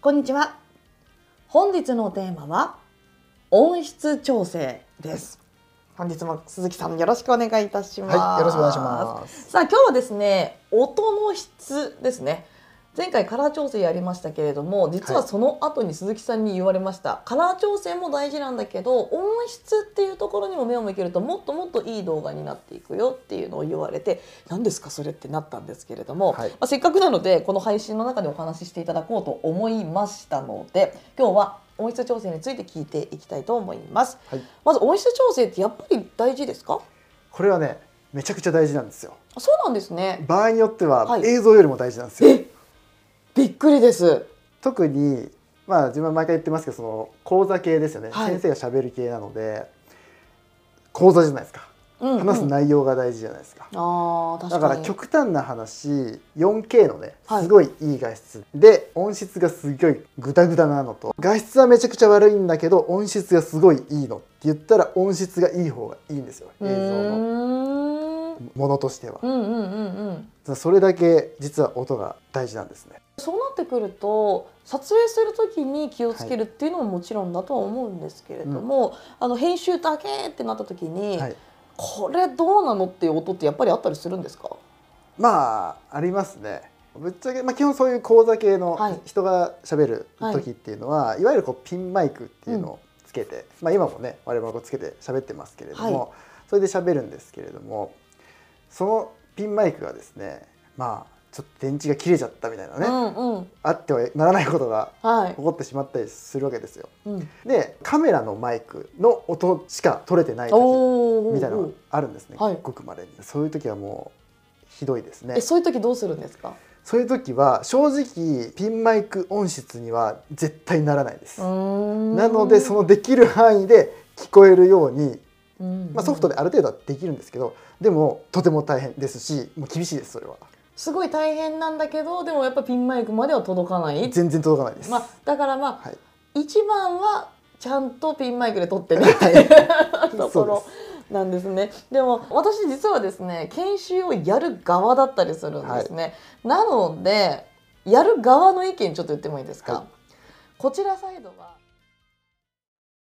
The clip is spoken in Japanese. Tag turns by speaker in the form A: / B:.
A: こんにちは。本日のテーマは音質調整です。本日も鈴木さんよろしくお願いいたします。
B: はい、よろしくお願いします。
A: す。さあ今日はですね、音の質ですね。前回カラー調整やりましたけれども、実は
B: はい
A: その後に鈴木さんに言われました、カラー調整も大事なんだけど、音質っていうところにも目を向けるともっともっといい動画になっていくよっていうのを言われて、何ですかそれってなったんですけれども、
B: はい
A: まあ、せっかくなのでこの配信の中でお話ししていただこうと思いましたので今日は音質調整について聞いていきたいと思います、
B: はい
A: まず音質調整ってやっぱり大事ですか
B: これはね、めちゃくちゃ大事なんですよ。
A: あそうなんですね
B: 場合によって
A: は
B: はい映像よりも大事なんですよ。
A: えびっくりです
B: 特に、まあ、自分は毎回言ってますけど、その講座系ですよね。
A: はい
B: 先生が喋る系なので。講座じゃないですか。
A: うん
B: 話す
A: い
B: 内容が大事じゃないですか。
A: あー確か
B: だ
A: に
B: から極端な話 4K のね
A: はい
B: すごいいい画質、で音質がすごいグダグダなのと画質はめちゃくちゃ悪いんだけど音質がすごいいいのって言ったら音質がいい方がいいんですよ映像の
A: の
B: ものとしては
A: うーんうんうんうんうん
B: それだけ実は音が大事なんですね
A: そうなってくると撮影するときに気をつけるっていうのももちろんだとは思うんですけれども、あの編集だけってなったときに、
B: はい
A: これどうなのっていう音ってやっぱりあったりするんですか
B: まあありますねぶっちゃけ、まあ、基本そういう講座系の
A: はい
B: 人がしゃべる時っていうのは、い、わゆるこうピンマイクっていうのをつけて、まあ、今もね我々こうつけて喋ってますけれども、
A: は
B: それで喋るんですけれどもそのピンマイクがですねまあちょっと電池が切れちゃったみたいなね、
A: うんうん
B: あってはならないことが
A: はい
B: 起、こってしまったりするわけですよ。
A: うん、
B: でカメラのマイクの音しか取れてない時
A: おー
B: みたいなのがあるんですね、
A: はい
B: ごくまれにそういう時はもうひどいですね
A: えそういう時どうするんですか
B: そういう時は正直ピンマイク音質には絶対ならないです、な
A: な
B: のでそのできる範囲で聞こえるように、
A: の
B: まあ、ソフトである程度はできるんですけどでもとても大変ですしもう厳しいですそれは
A: すごい大変なんだけどでもやっぱピンマイクまでは届かない
B: 全然届かないです、
A: まあだからまあ、
B: はい
A: 一番はちゃんとピンマイクで撮ってねっていうところなんですねでも私実はですね研修をやる側だったりするんですね、なのでやる側の意見ちょっと言ってもいいですか、
B: はい
A: こちらサイドは